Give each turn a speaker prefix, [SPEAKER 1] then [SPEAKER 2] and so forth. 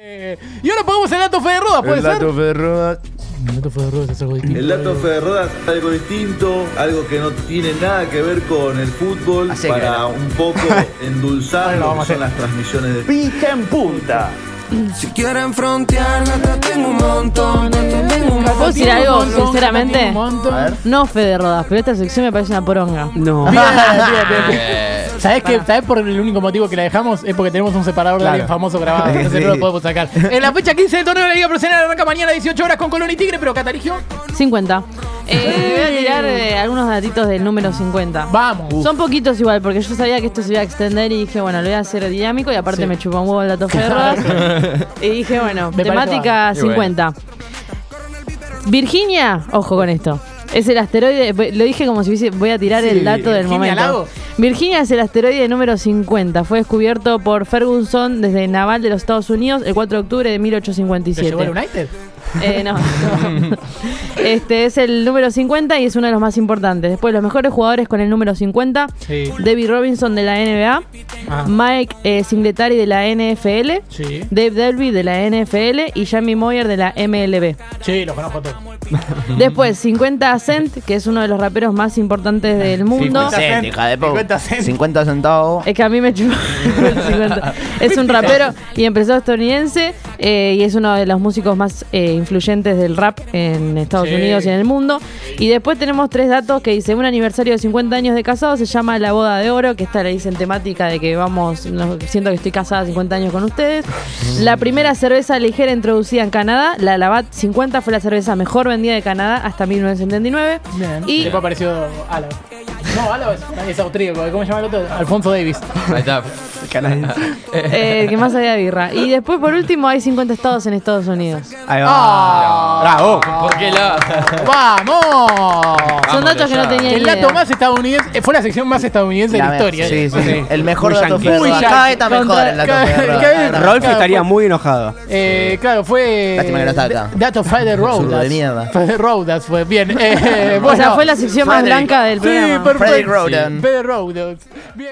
[SPEAKER 1] Eh, Y ahora pagamos el dato fe de rodas, ¿puede
[SPEAKER 2] El dato
[SPEAKER 1] ser?
[SPEAKER 2] Ferroda.
[SPEAKER 1] El dato fe de rodas es algo distinto.
[SPEAKER 3] El dato fe de rodas es algo distinto, algo que no tiene nada que ver con el fútbol,
[SPEAKER 4] Así que
[SPEAKER 3] para
[SPEAKER 4] era.
[SPEAKER 3] un poco endulzar
[SPEAKER 1] Ahora lo
[SPEAKER 3] lo
[SPEAKER 1] vamos
[SPEAKER 3] que
[SPEAKER 1] a
[SPEAKER 3] son
[SPEAKER 1] hacer.
[SPEAKER 3] las transmisiones de
[SPEAKER 4] Pija en punta.
[SPEAKER 5] Si quieren frontear, acá tengo un montón. Acá tengo un
[SPEAKER 6] ¿Puedo
[SPEAKER 5] montón.
[SPEAKER 6] decir algo, sinceramente?
[SPEAKER 4] A ver.
[SPEAKER 6] No, Fede Rodas, pero esta sección me parece una poronga.
[SPEAKER 4] No.
[SPEAKER 1] Ah, ¿Sabes qué? ¿Sabes por el único motivo que la dejamos? Es porque tenemos un separador de
[SPEAKER 4] Claro.
[SPEAKER 1] alguien famoso grabado.
[SPEAKER 4] Sí.
[SPEAKER 1] Entonces no lo podemos sacar. En la fecha 15 del torneo de la Liga Profesional arranca mañana a 18 horas con Colón y Tigre, pero Cataligio.
[SPEAKER 6] 50. Eh, voy a tirar eh, algunos datitos del número 50.
[SPEAKER 1] Vamos.
[SPEAKER 6] Son poquitos igual, porque yo sabía que esto se iba a extender y dije, bueno, lo voy a hacer dinámico y aparte
[SPEAKER 1] Sí.
[SPEAKER 6] me chupó un huevo el dato Ferras. y dije, bueno,
[SPEAKER 1] Me parece
[SPEAKER 6] temática
[SPEAKER 2] Y bueno.
[SPEAKER 6] 50. Virginia, ojo con esto. Es el asteroide, lo dije como si hubiese, voy a tirar
[SPEAKER 1] Sí,
[SPEAKER 6] el dato del
[SPEAKER 1] Virginia
[SPEAKER 6] momento.
[SPEAKER 1] Lago.
[SPEAKER 6] Virginia es el asteroide número 50. Fue descubierto por Ferguson desde Naval de los Estados Unidos el 4 de octubre de
[SPEAKER 1] ¿Lo
[SPEAKER 6] 1857.
[SPEAKER 1] llevó el United?
[SPEAKER 6] Eh, no. este es el número 50 y es uno de los más importantes. Después, los mejores jugadores con el número 50.
[SPEAKER 1] Sí.
[SPEAKER 6] David Robinson de la NBA.
[SPEAKER 1] Ah.
[SPEAKER 6] Mike eh, Singletary de la NFL.
[SPEAKER 1] Sí.
[SPEAKER 6] Dave Delby de la NFL y Jamie Moyer de la MLB.
[SPEAKER 1] Sí, los conozco todos.
[SPEAKER 6] Después, 50 Cent, que es uno de los raperos más importantes del mundo.
[SPEAKER 4] 50 cent, hija de po.
[SPEAKER 2] 50 cent.
[SPEAKER 4] 50 centavos.
[SPEAKER 6] Es que a mí me chupó el 50. Es un rapero y empresario estadounidense eh, y es uno de los músicos más eh, influyentes del rap en Estados
[SPEAKER 1] Sí.
[SPEAKER 6] Unidos y en el mundo. Y después tenemos tres datos que dice un aniversario de 50 años de casado se llama La Boda de Oro, que esta le dicen temática de que vamos, no- siento que estoy casada 50 años con ustedes. La primera cerveza ligera introducida en Canadá, la Labatt 50, fue la cerveza mejor vendida de Canadá hasta 1979.
[SPEAKER 1] Y
[SPEAKER 6] Y-
[SPEAKER 1] después apareció Álava. No, Álava es, es austríaco. ¿Cómo se llama el otro? Alfonso Davis.
[SPEAKER 7] Ahí está.
[SPEAKER 6] Eh, que más había birra. Y después, por último, hay 50 estados en Estados Unidos.
[SPEAKER 4] Ahí
[SPEAKER 1] Ah,
[SPEAKER 4] va. Bravo.
[SPEAKER 7] ¿Por qué la?
[SPEAKER 1] ¡Vamos!
[SPEAKER 6] Son
[SPEAKER 7] Vamos
[SPEAKER 6] datos que no
[SPEAKER 7] allá.
[SPEAKER 6] tenía
[SPEAKER 1] El
[SPEAKER 6] idea.
[SPEAKER 1] dato más estadounidense. eh, Fue la sección más estadounidense de la historia.
[SPEAKER 4] Sí,
[SPEAKER 1] eh.
[SPEAKER 4] sí, sí. El mejor
[SPEAKER 2] Muy
[SPEAKER 4] dato
[SPEAKER 2] yankee.
[SPEAKER 4] Ferro.
[SPEAKER 1] Muy
[SPEAKER 4] Cada
[SPEAKER 1] yankee.
[SPEAKER 4] vez está mejor
[SPEAKER 6] Contra-
[SPEAKER 4] el dato
[SPEAKER 1] cada-
[SPEAKER 4] Ferro.
[SPEAKER 1] cada vez-
[SPEAKER 4] Cada
[SPEAKER 1] Rolf
[SPEAKER 2] Rolf
[SPEAKER 1] Claro, estaría
[SPEAKER 2] estaría
[SPEAKER 1] fue-
[SPEAKER 2] muy enojado.
[SPEAKER 1] Eh, claro, fue.
[SPEAKER 4] Lástima que no está acá.
[SPEAKER 1] Dato Fire Rodas.
[SPEAKER 4] Zurdo de mierda.
[SPEAKER 1] Fire Rodas fue bien. Eh,
[SPEAKER 6] O
[SPEAKER 1] bueno.
[SPEAKER 6] sea, fue la sección más
[SPEAKER 4] Frederick.
[SPEAKER 6] blanca del
[SPEAKER 1] Sí,
[SPEAKER 6] programa.
[SPEAKER 1] perfecto.
[SPEAKER 4] Frederick Rodan.
[SPEAKER 1] Fire Rodas. Bien.